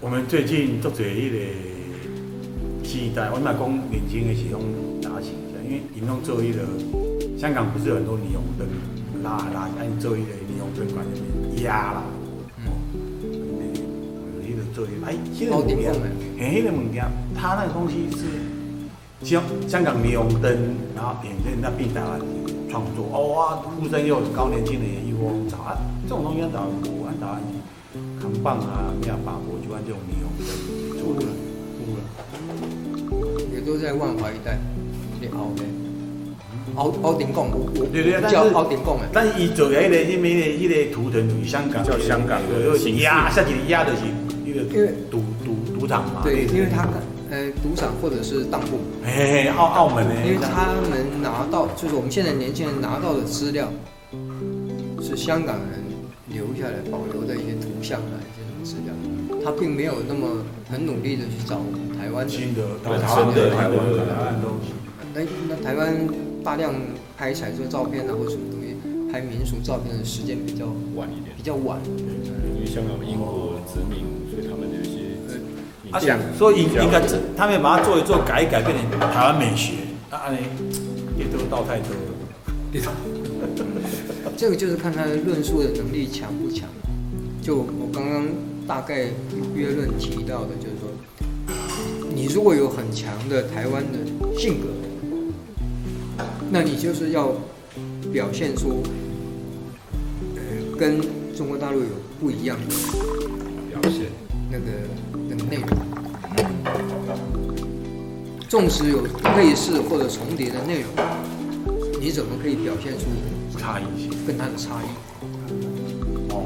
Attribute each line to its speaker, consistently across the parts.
Speaker 1: 我们最近做侪迄个时代，我嘛讲年轻的是用打起的，因为因拢做迄、个香港不是有很多霓虹灯拉来拉去，按做迄个霓虹灯管里面压啦，哦，有迄个做迄、个哎，迄、个物件，嘿，迄、个物件，它那个东西是香香港霓虹灯，然后演变那变台湾创作，哦啊，陆生又有高年轻人演绎风潮啊，这种东西找我按打。扛棒啊、妙棒，我就按这种霓虹灯做的。
Speaker 2: 也都在万华一带，你熬的，熬熬顶贡，我我
Speaker 1: 哦对对，但
Speaker 2: 叫
Speaker 1: 是
Speaker 2: 熬顶贡啊的，
Speaker 1: 但是伊做的迄个、迄个、迄个图腾属于香港，
Speaker 3: 叫香港的
Speaker 1: 就是
Speaker 3: 形式
Speaker 1: 压，下级的压就是那
Speaker 2: 因
Speaker 1: 个
Speaker 2: 为
Speaker 1: 赌赌赌场嘛，
Speaker 2: 对
Speaker 1: 类，似
Speaker 2: 因为他呃赌场或者是当铺，
Speaker 1: 嘿嘿，澳澳门的，
Speaker 2: 因为他们拿到就是我们现在年轻人拿到的资料，是香港人留下来保留的一些图像啊一些资料，他并没有那么很努力的去找台湾的
Speaker 1: 新的到
Speaker 3: 本
Speaker 1: 台湾
Speaker 3: 身的
Speaker 1: 台
Speaker 3: 台
Speaker 1: 湾
Speaker 3: 湾
Speaker 1: 的
Speaker 3: 的
Speaker 1: 台湾的东西，
Speaker 2: 那那台湾大量拍彩色照片啊，或者什么东西，拍民俗照片的时间比较
Speaker 3: 晚一点
Speaker 2: 比，较晚。
Speaker 3: 因为香港英国殖民，所以他们有一些
Speaker 1: 啊
Speaker 3: 影像，，
Speaker 1: 所以应应该这他们把它做一做改一改，变成台湾美学，啊，安尼也都到太多了。
Speaker 2: 这个就是看他的论述的能力强不强。就我刚刚大概约论提到的，就是说，你如果有很强的台湾的性格，那你就是要表现出呃跟中国大陆有不一样的呃
Speaker 3: 表现，
Speaker 2: 那个那个内容。纵使有类似或者重叠的内容，你怎么可以表现出
Speaker 1: 差异性。
Speaker 2: 跟它的差异？
Speaker 1: 哦，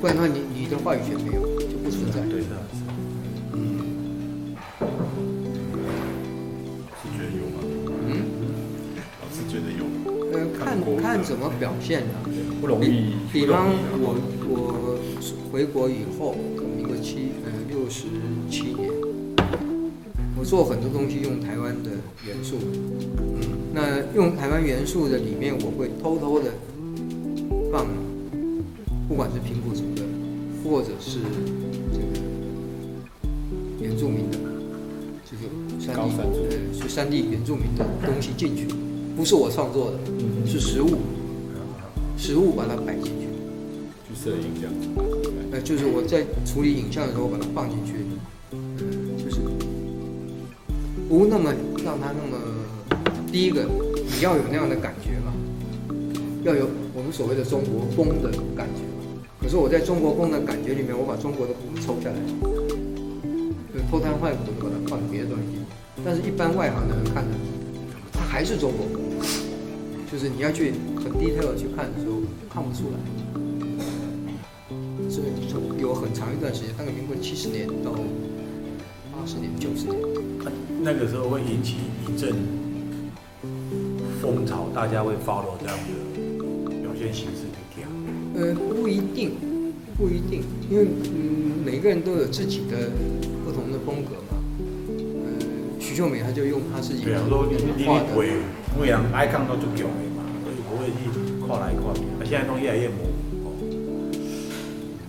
Speaker 2: 不然的话你，你的话语权没有，就不存在。
Speaker 1: 对的，
Speaker 3: 是觉得有吗？
Speaker 2: 嗯，
Speaker 3: 老师觉得有吗？
Speaker 2: 呃，看看怎么表现了、
Speaker 3: 啊不容易
Speaker 2: 比，比
Speaker 3: 不
Speaker 2: 方
Speaker 3: 容易啊
Speaker 2: 我我回国以后，民国七呃六十七年，我做很多东西用台湾的元素，嗯，那用台湾元素的里面，我会偷偷的放，啊不管是平埔族的，或者是这个原住民的，这个山
Speaker 3: 高
Speaker 2: 地
Speaker 3: 山族
Speaker 2: 呃是山地原住民的东西进去，不是我创作的，
Speaker 3: 嗯
Speaker 2: 是实物。实物把它摆进去，
Speaker 3: 去摄影这样子，
Speaker 2: 呃，就是我在处理影像的时候把它放进去，嗯，就是不那么让它那么，第一个你要有那样的感觉吧，要有我们所谓的中国风的感觉吧。可是我在中国风的感觉里面，我把中国的骨抽下来，就偷摊换骨，把它换别的东西。但是，一般外行的人看呢，它还是中国风，就是你要去很 detail 地去看的时候，看不出来。这有很长一段时间，大概民国七十年到八十年、九十年，
Speaker 1: 啊那个时候会引起一阵风潮，大家会 follow 这样的表现形式去讲。
Speaker 2: 呃，不一定，不一定，因为嗯，每个人都有自己的不同的风格嘛。呃，徐秀美她就用她自己
Speaker 1: 对啊，我说你你
Speaker 2: 画
Speaker 1: 你
Speaker 2: 的，
Speaker 1: 鬼，我养爱看到就强的嘛，所以不会去跨来跨去。啊，现在东西越来越模糊。哦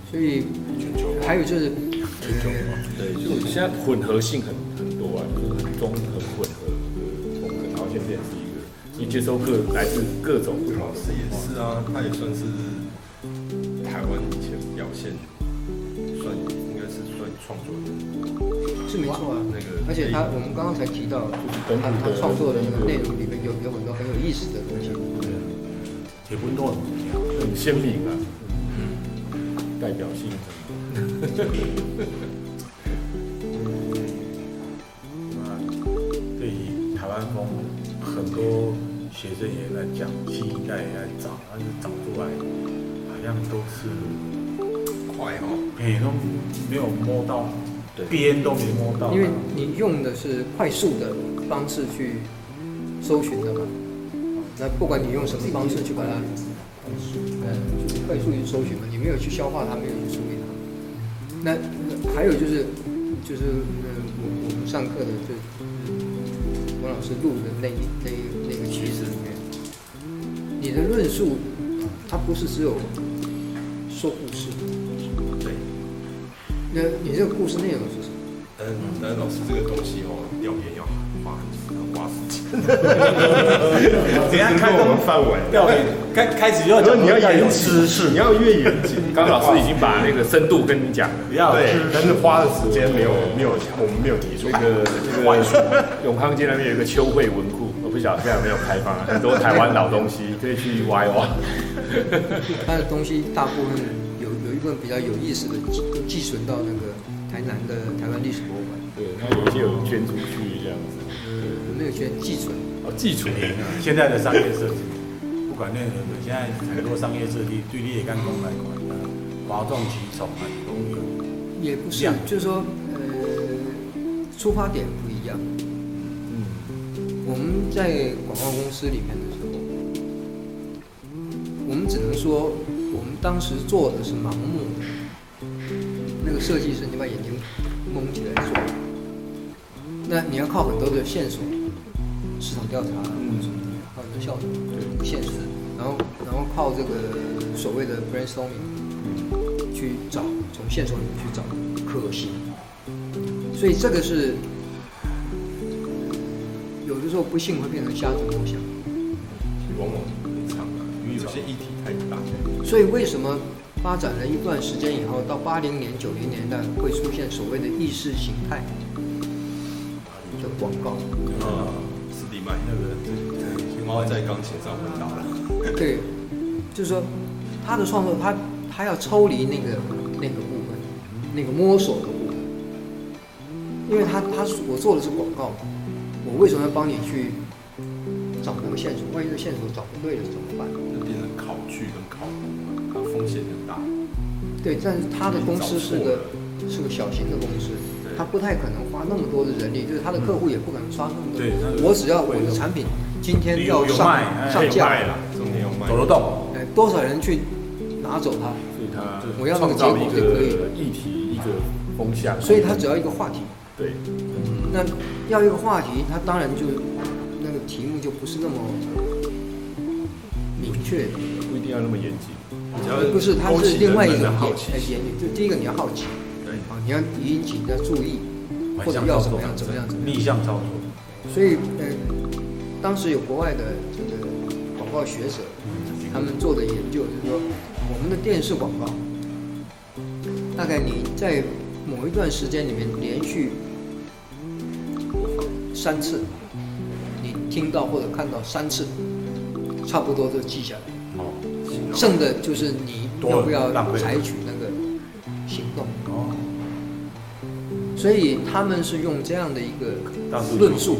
Speaker 2: 所以
Speaker 3: 全球化
Speaker 2: 还有就是，呃
Speaker 3: 对，就现在混合性很很多啊，就是很综合混合的风格，然后现在也是一个，你接收各来自各种不同
Speaker 4: 老师也是啊，他也算是台湾以前表现，算应该是算创作的
Speaker 2: 呃是没错啊。
Speaker 4: 那个，
Speaker 2: 而且她，我们刚刚才提到，
Speaker 3: 本
Speaker 2: 她
Speaker 3: 土
Speaker 2: 她
Speaker 3: 的
Speaker 2: 创作的那个内容里面有有很多很有意思的东西。
Speaker 1: 对啊，结婚都很重要。
Speaker 3: 很鲜明啊，嗯代表性很
Speaker 1: 那对于台湾风，很多学生也在讲，新一代也在找，但是找出来好像都是，
Speaker 4: 快哦，
Speaker 1: 哎，都没有摸到
Speaker 3: 对，
Speaker 1: 边都没摸到。
Speaker 2: 因为你用的是快速的方式去搜寻的嘛，那不管你用什么方式去把它，呃，就是快速去搜寻嘛，你没有去消化它，没有去处理它。那那还有就是，就是呃，我我们上课的就就是王老师录的那一那一那个曲子里面，你的论述它不是只有说故事，
Speaker 4: 对，
Speaker 2: 那你这个故事内容是什么？
Speaker 4: 但但老师这个东西哦，调研要花很花时间，
Speaker 1: 怎样开
Speaker 4: 我
Speaker 1: 动
Speaker 4: 们范围。
Speaker 1: 要不然开开始就要
Speaker 4: 然后
Speaker 1: 讲
Speaker 4: 你要严
Speaker 1: 知识
Speaker 4: 谨，你，要越严谨。
Speaker 3: 刚刚老师已经把那个深度跟你讲了，
Speaker 1: 不要
Speaker 4: 对
Speaker 1: 知，
Speaker 4: 但是花的时间没有没有我们没有提出
Speaker 3: 那个那个永康街那边有一个秋惠文库，我不晓得现在有没有开放啊，很多台湾老东西可以去挖一挖。
Speaker 2: 他的东西大部分有有一部分比较有意思的寄寄存到那个台南的台湾历史博物馆，
Speaker 3: 对，那有一些有捐出去这样子，
Speaker 2: 有没有去寄存？
Speaker 3: 哦，寄存
Speaker 1: 现在的商业设计，不管任何的，现在很多商业设计对你也干工来管啊，哗众取宠啊，都有。
Speaker 2: 也不是
Speaker 1: 这样，
Speaker 2: 就是说，呃，出发点不一样。
Speaker 4: 嗯
Speaker 2: 我们在广告公司里面的时候，我们只能说，我们当时做的是盲目的，那个设计是你把眼睛蒙起来做的，那你要靠很多的线索，市场调查或者什么的，靠很多效果、线索，然后然后靠这个所谓的 brainstorming。去找，从线索里面去找可行。所以这个是有的时候不幸会变成瞎子摸象。
Speaker 4: 往往很长啊，因为有些议题太大。
Speaker 2: 所以为什么发展了一段时间以后，到八零年、九零年代会出现所谓的意识形态的广告？
Speaker 4: 啊，斯蒂麦那个对，猫在钢琴上回答了。
Speaker 2: 对，就是说他的创作，他他要抽离那个那个部分，那个摸索的部分，因为他他我做的是广告，我为什么要帮你去找那个线索？万一这线索找不对了怎么办？
Speaker 4: 就变成考据跟考古，它风险很大。
Speaker 2: 对，但是他的公司是
Speaker 4: 你找错
Speaker 2: 个
Speaker 4: 了
Speaker 2: 是个小型的公司
Speaker 4: 对，
Speaker 2: 他不太可能花那么多的人力，就是他的客户也不可能刷那么多。
Speaker 1: 对那个
Speaker 2: 我只要我的产品今天要
Speaker 1: 有有
Speaker 2: 上
Speaker 1: 卖
Speaker 3: 嗯
Speaker 1: 哎
Speaker 2: 上架，
Speaker 4: 卖了，中间有卖
Speaker 1: 走得动，
Speaker 2: 哎，多少人去拿走它？
Speaker 3: 所以它
Speaker 2: 我要那个
Speaker 3: 创造
Speaker 2: 结
Speaker 3: 一
Speaker 2: 果就可以
Speaker 3: 个议题一个风向，
Speaker 2: 所以他只要一个话题。
Speaker 3: 对
Speaker 2: 那要一个话题，它当然就那个题目就不是那么明确，
Speaker 3: 不一定要那么严谨。
Speaker 4: 只要
Speaker 2: 不是它
Speaker 4: 勾
Speaker 2: 是
Speaker 4: 起
Speaker 2: 另外一
Speaker 4: 人
Speaker 2: 种
Speaker 4: 们的好
Speaker 2: 点
Speaker 4: 奇
Speaker 2: 哎
Speaker 4: 心。
Speaker 2: 点，就第一个你要好奇
Speaker 4: 对，
Speaker 2: 啊，你要引起你要注意，或者要怎么样怎么样怎么样。
Speaker 1: 逆向操作，
Speaker 2: 所以呃，当时有国外的这个广告学者，他们做的研究就是说，我们的电视广告，大概你在某一段时间里面连续三次，你听到或者看到三次，差不多就记下来，
Speaker 1: 哦
Speaker 4: 形容
Speaker 2: 剩的就是你要不要
Speaker 1: 多浪费
Speaker 2: 采取那个行动。
Speaker 1: 哦，
Speaker 2: 所以他们是用这样的一个
Speaker 1: 大数据
Speaker 2: 论述，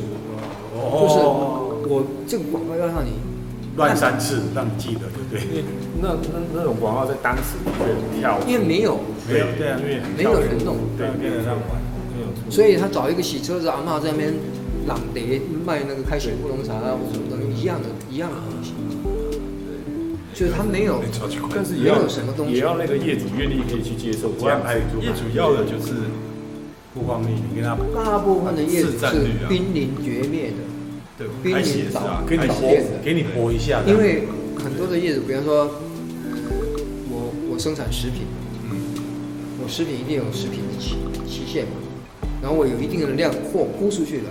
Speaker 2: 就是
Speaker 1: 哦，
Speaker 2: 我这个广告要让你
Speaker 1: 乱三次让你记得，对
Speaker 3: 因为那那那种广告在当时的确很跳，
Speaker 2: 因为没有，
Speaker 1: 不对？没有对啊
Speaker 3: 因，为很
Speaker 2: 没有人弄，
Speaker 1: 对
Speaker 3: 对
Speaker 1: 啊，变得让玩。
Speaker 3: 没有错
Speaker 2: 所以他找一个洗车子阿嬷在那边朗碟卖那个开水乌龙茶啊，或者什么东西一样的，一样的东西，就是他没有
Speaker 4: 没错就
Speaker 3: 但
Speaker 4: 关
Speaker 3: 是
Speaker 2: 没
Speaker 3: 也要
Speaker 2: 有什么东西
Speaker 3: 也要那个业主愿意可以去接受这
Speaker 1: 我
Speaker 3: 样
Speaker 1: 安
Speaker 3: 子
Speaker 1: 排主
Speaker 4: 业主要的就是
Speaker 1: 曝光率，你跟他
Speaker 2: 大部分的业主
Speaker 4: 市占
Speaker 2: 是
Speaker 4: 率啊
Speaker 2: 濒临绝灭的，
Speaker 4: 对
Speaker 2: 濒
Speaker 4: 拍
Speaker 2: 临
Speaker 4: 鞋子
Speaker 2: 倒
Speaker 4: 啊，
Speaker 1: 给
Speaker 4: 拍
Speaker 1: 你
Speaker 4: 鞋
Speaker 2: 拍鞋子
Speaker 1: 播，给你播一下，
Speaker 2: 因为很多的业主，比方说，我我生产食品，我食品一定有食品的期期限嘛，然后我有一定的量货估出去了，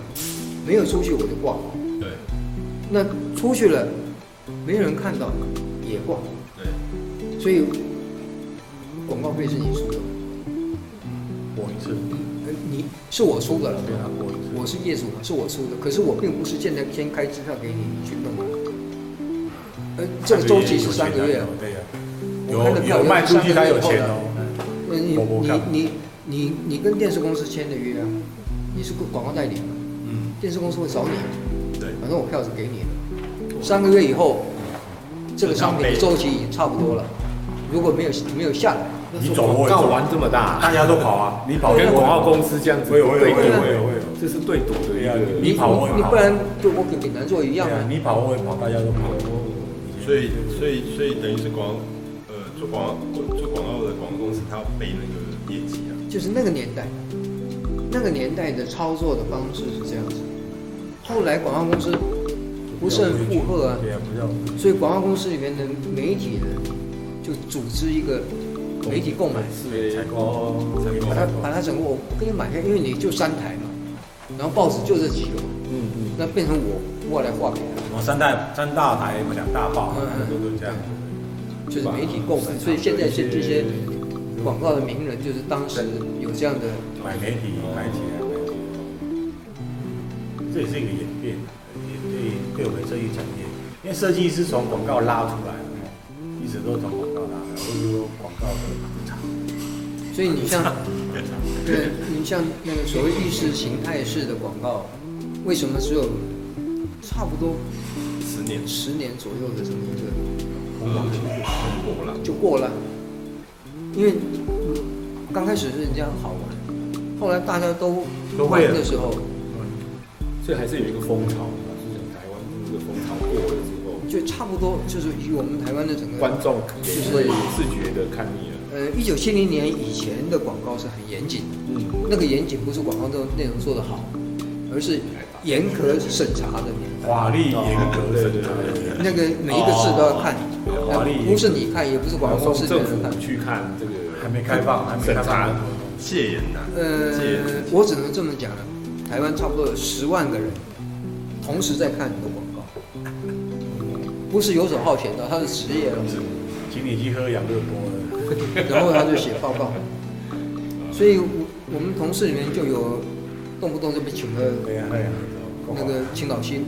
Speaker 2: 没有出去我就挂了，
Speaker 4: 对
Speaker 2: 那出去了没有人看到也挂。
Speaker 4: 对，
Speaker 2: 所以广告费是你出的，
Speaker 1: 播一次，
Speaker 2: 呃，你是我出的了，
Speaker 1: 对啊，播一次。
Speaker 2: 我是业主嘛，是我出的，可是我并不是现在先开支票给你你去弄啊，呃，这个周期是三个月啊，
Speaker 1: 对呀，
Speaker 2: 我看的
Speaker 1: 有
Speaker 2: 票
Speaker 1: 有卖出去他有钱哦。
Speaker 2: 呃，你
Speaker 1: 我我看
Speaker 2: 你你你你跟电视公司签的约啊，你是个广告代理嘛，
Speaker 1: 嗯，
Speaker 2: 电视公司会找你啊，
Speaker 4: 对
Speaker 2: 反正我票是给你的，三个月以后，这个商品的周期已经差不多了，如果没有没有下来，
Speaker 1: 你走我也走，
Speaker 3: 这么大，
Speaker 1: 大家都跑啊，你跑
Speaker 3: 跟广告公司这样子
Speaker 1: 我有我有
Speaker 3: 对
Speaker 1: 我有我有
Speaker 3: 赌，
Speaker 1: 我有，
Speaker 3: 这是对赌的
Speaker 1: 对
Speaker 3: 一
Speaker 1: 啊
Speaker 3: 个。
Speaker 1: 你跑我也跑
Speaker 2: 你不然就我跟闽南做一
Speaker 1: 对
Speaker 2: 样啊
Speaker 1: 啊，。你跑我也跑，大家都跑。
Speaker 4: 所以所以所以等于是广告呃做广告做广告的广告公司，它要背那个业绩啊，
Speaker 2: 就是那个年代，那个年代的操作的方式是这样子。后来广告公司不胜负荷啊，
Speaker 1: 对啊，不要。
Speaker 2: 所以广告公司里面的媒体人就组织一个媒体购买，
Speaker 1: 是
Speaker 2: 啊
Speaker 1: 采购，
Speaker 4: 采购
Speaker 2: 把它
Speaker 3: 嗯
Speaker 2: 把它整个我给你买下，因为你就三台嘛，然后报纸就这几个嘛，
Speaker 3: 嗯嗯，
Speaker 2: 那变成我我来画给他，
Speaker 1: 我哦三大三大台，我们两大报，啊
Speaker 2: 嗯嗯
Speaker 1: 都是这样。
Speaker 2: 就是媒体购买，所以现在是这些广告的名人，就是当时有这样的，
Speaker 1: 买媒体买起来，买起来，这也是一个演变，也对对我们设计产业，因为设计是从广告拉出来的，一直都从广告拉出来，或者说广告的行长。
Speaker 2: 所以你像，对， 你像那个所谓意识形态式的广告，为什么只有差不多
Speaker 4: 十年
Speaker 2: 十年左右的这么一个？
Speaker 4: 呃很多了，
Speaker 2: 就过了，因为刚开始是人家好玩，后来大家都
Speaker 1: 都会了
Speaker 2: 玩的时候，
Speaker 3: 所以还是有一个风潮嘛，就是台湾这个风潮过了之后，
Speaker 2: 就差不多就是以我们台湾的整个
Speaker 3: 观众也会自觉的看腻了。
Speaker 2: 呃，一九七零年以前的广告是很严谨的，
Speaker 3: 嗯，
Speaker 2: 那个严谨不是广告的内容做得好，而是严格审查的年代，
Speaker 1: 法律严格的，
Speaker 3: 哦对对对
Speaker 2: 那个每一个字都要看，
Speaker 1: 哦
Speaker 2: 呃
Speaker 1: 华丽
Speaker 2: 不是你看，也不是广告公司
Speaker 3: 从
Speaker 2: 的
Speaker 3: 政
Speaker 2: 人看
Speaker 3: 府。去看这个
Speaker 1: 还没开放，还没开
Speaker 3: 审查
Speaker 1: 放，
Speaker 4: 戒严呐，
Speaker 2: 呃
Speaker 4: 戒严，
Speaker 2: 我只能这么讲了，台湾差不多有十万个人同时在看你的广告，不是游手好闲的，他是职业了，
Speaker 1: 请你去喝养乐多了。
Speaker 2: 然后他就写报告，所以我我们同事里面就有动不动就被请到
Speaker 1: 对呀，对呀，
Speaker 2: 那个青岛西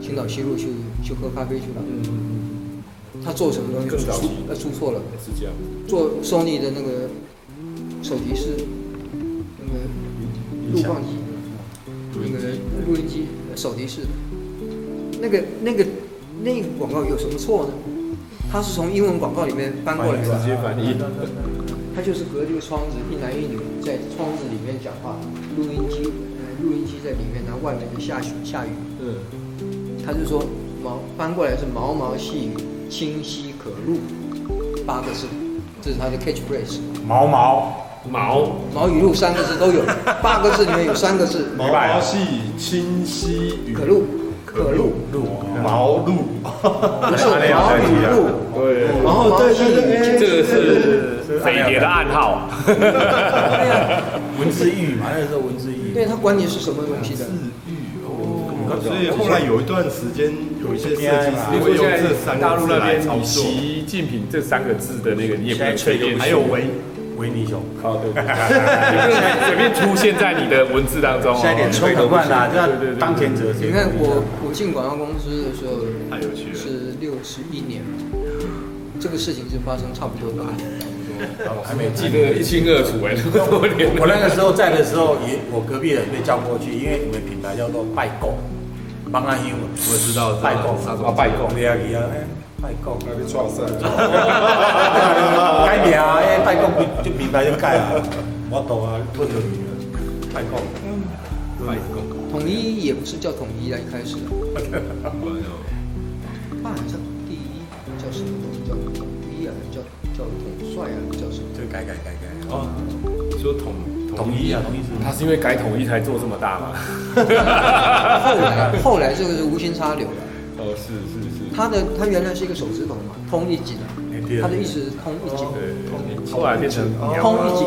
Speaker 2: 青岛西路去去喝咖啡去了，
Speaker 3: 嗯，
Speaker 2: 他做什么东西
Speaker 3: 更
Speaker 2: 出
Speaker 3: 早期
Speaker 2: 呃出错了，
Speaker 3: 是这样。
Speaker 2: 做 Sony 的那个手提式那个
Speaker 1: 影
Speaker 2: 录
Speaker 1: 响
Speaker 2: 放机，那个录音机，呃手提式的，那个那个那个广告有什么错呢？它是从英文广告里面翻过来
Speaker 3: 直
Speaker 2: 的，
Speaker 3: 接翻译
Speaker 2: 它就是隔这个窗子，一男一女在窗子里面讲话，录音机，呃，录音机在里面，然后外面在下雪下雨，
Speaker 3: 嗯，
Speaker 2: 他就说毛翻过来是毛毛细雨，清晰可录，八个字，这是他的 catchphrase。
Speaker 1: 毛毛，
Speaker 3: 毛
Speaker 2: 毛语录三个字都 有，八个字里面有三个字
Speaker 4: 毛毛细清晰语
Speaker 2: 可录，可录，
Speaker 1: 鹿
Speaker 4: 毛路，
Speaker 2: 不是
Speaker 4: 啊
Speaker 2: 毛语录。
Speaker 3: 对
Speaker 2: 然后对对对，
Speaker 3: 这个是匪谍的暗号。
Speaker 2: 对呀，
Speaker 1: 文字狱嘛，那时候文字狱
Speaker 2: 因。为它管你是什么东西 的，
Speaker 4: 所以后来有一段时间，有一些设计
Speaker 3: 比
Speaker 4: 师
Speaker 3: 如
Speaker 4: 会
Speaker 3: 说
Speaker 4: 用
Speaker 3: 现
Speaker 4: 这三
Speaker 3: 在大
Speaker 4: 个
Speaker 3: 陆
Speaker 4: 字
Speaker 3: 那
Speaker 4: 来
Speaker 3: 边
Speaker 4: 操
Speaker 3: “
Speaker 4: 作，
Speaker 3: 习近平”这三个字的那个，你也不能随便
Speaker 1: 现在
Speaker 3: 说
Speaker 1: 还有维维尼熊，
Speaker 3: 哦，对，对对你不能随便出现在你的文字当中哦。
Speaker 1: 现在连抽很惯啦，就
Speaker 3: 对对
Speaker 1: 要
Speaker 3: 对
Speaker 1: 当权者谁都不一
Speaker 2: 你
Speaker 1: 样。
Speaker 2: 看我我进广告公司的时候
Speaker 4: 太有趣了。
Speaker 2: 是六十一年，这个事情是发生差不多的。
Speaker 1: 我还没
Speaker 3: 记得一清二楚哎，那么多年
Speaker 1: 我那个时候在的时候，也我隔壁人被叫过去，因为你们品牌叫做拜购，帮安英文，我
Speaker 4: 知道知道
Speaker 1: 拜购
Speaker 4: 杀手
Speaker 3: 啊拜购
Speaker 1: 对啊对啊，哎拜购，
Speaker 4: 那你创赛，
Speaker 1: 改名啊，哎拜购就品牌就改啊，我懂啊，不得名了，拜购，
Speaker 4: 外公，
Speaker 2: 统一也不是叫统一啊，一开 始，它好像第一叫什么东西叫统一啊，叫叫统帅啊，叫什么？
Speaker 1: 就改改改改，
Speaker 4: 哦，你说统
Speaker 1: 统一啊，统一是
Speaker 3: 他是因为改统一才做这么大嘛？
Speaker 2: 后来后来这个是无心插柳了。
Speaker 3: 哦，是是是，
Speaker 2: 他的他原来是一个手指头嘛，通一紧啊
Speaker 1: 哎对，啊
Speaker 2: 他的意思是通一紧，
Speaker 3: 对，后来变成你要
Speaker 2: 通一紧，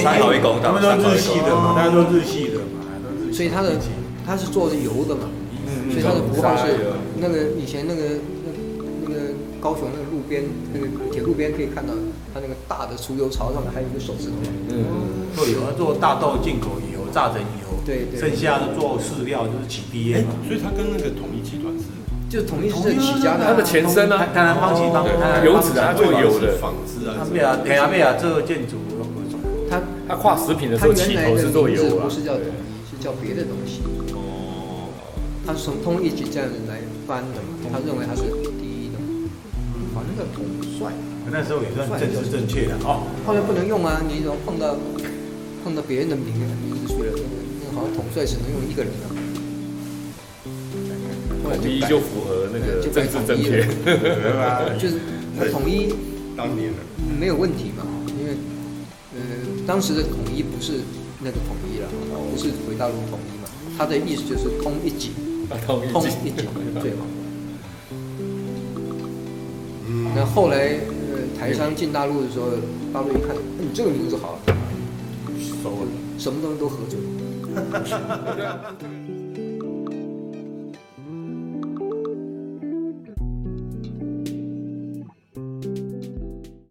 Speaker 1: 三
Speaker 2: 所
Speaker 1: 好
Speaker 2: 以
Speaker 1: 一公道，他们都日系的嘛，大家都日系的嘛，都日系
Speaker 2: 所以他的他是做的油的嘛，
Speaker 3: 嗯
Speaker 2: 所以他的符号是那个以前那个那那个高雄那个路边那个铁路边可以看到他那个大的除油槽上面还有一个手指头，
Speaker 3: 嗯，
Speaker 1: 做油啊，做大豆进口油、榨成油，
Speaker 2: 对对
Speaker 1: 剩下的做饲料就是起 B
Speaker 4: 哎
Speaker 1: A 嘛。，
Speaker 4: 所以他跟那个统一集团是
Speaker 2: 就是统一是起家的
Speaker 3: 他
Speaker 2: 啊
Speaker 3: 的。前身啊，
Speaker 1: 当然帮起帮
Speaker 3: 对油脂啊，做油的，
Speaker 4: 纺织啊
Speaker 1: 他，没有啊，等下没有啊，这个建筑
Speaker 2: 他
Speaker 3: 他跨食品的时
Speaker 2: 他
Speaker 3: 候
Speaker 2: 原
Speaker 3: 起
Speaker 2: 来
Speaker 3: 头
Speaker 2: 的
Speaker 3: 是做
Speaker 2: 名字
Speaker 3: 油啊
Speaker 2: 不，是叫统一，是叫别的东西，
Speaker 4: 哦，
Speaker 2: 他是从通一紧这样来翻的嘛，他认为他是第一的，反正叫统帅。
Speaker 1: 那时候也算政治正确的哦。
Speaker 2: 后来不能用啊，你怎么碰到碰到别人的名名字去了？那个那个嗯好像统帅只能用一个人啊。后来
Speaker 3: 统一
Speaker 2: 改
Speaker 3: 就符合那个政治正确。
Speaker 4: 对吧？
Speaker 2: 就是统一
Speaker 4: 当年的
Speaker 2: 没有问题嘛，因为呃当时的统一不是那个统一了，不是回大陆统一嘛，他的意思就是通一己，
Speaker 3: 统
Speaker 2: 通
Speaker 3: 一
Speaker 2: 一己对吧？
Speaker 4: 嗯
Speaker 2: 那后来呃台商进大陆的时候，大陆一看，你这个名字好，
Speaker 1: 收了。
Speaker 2: 什么东西都合作。
Speaker 4: 对啊这个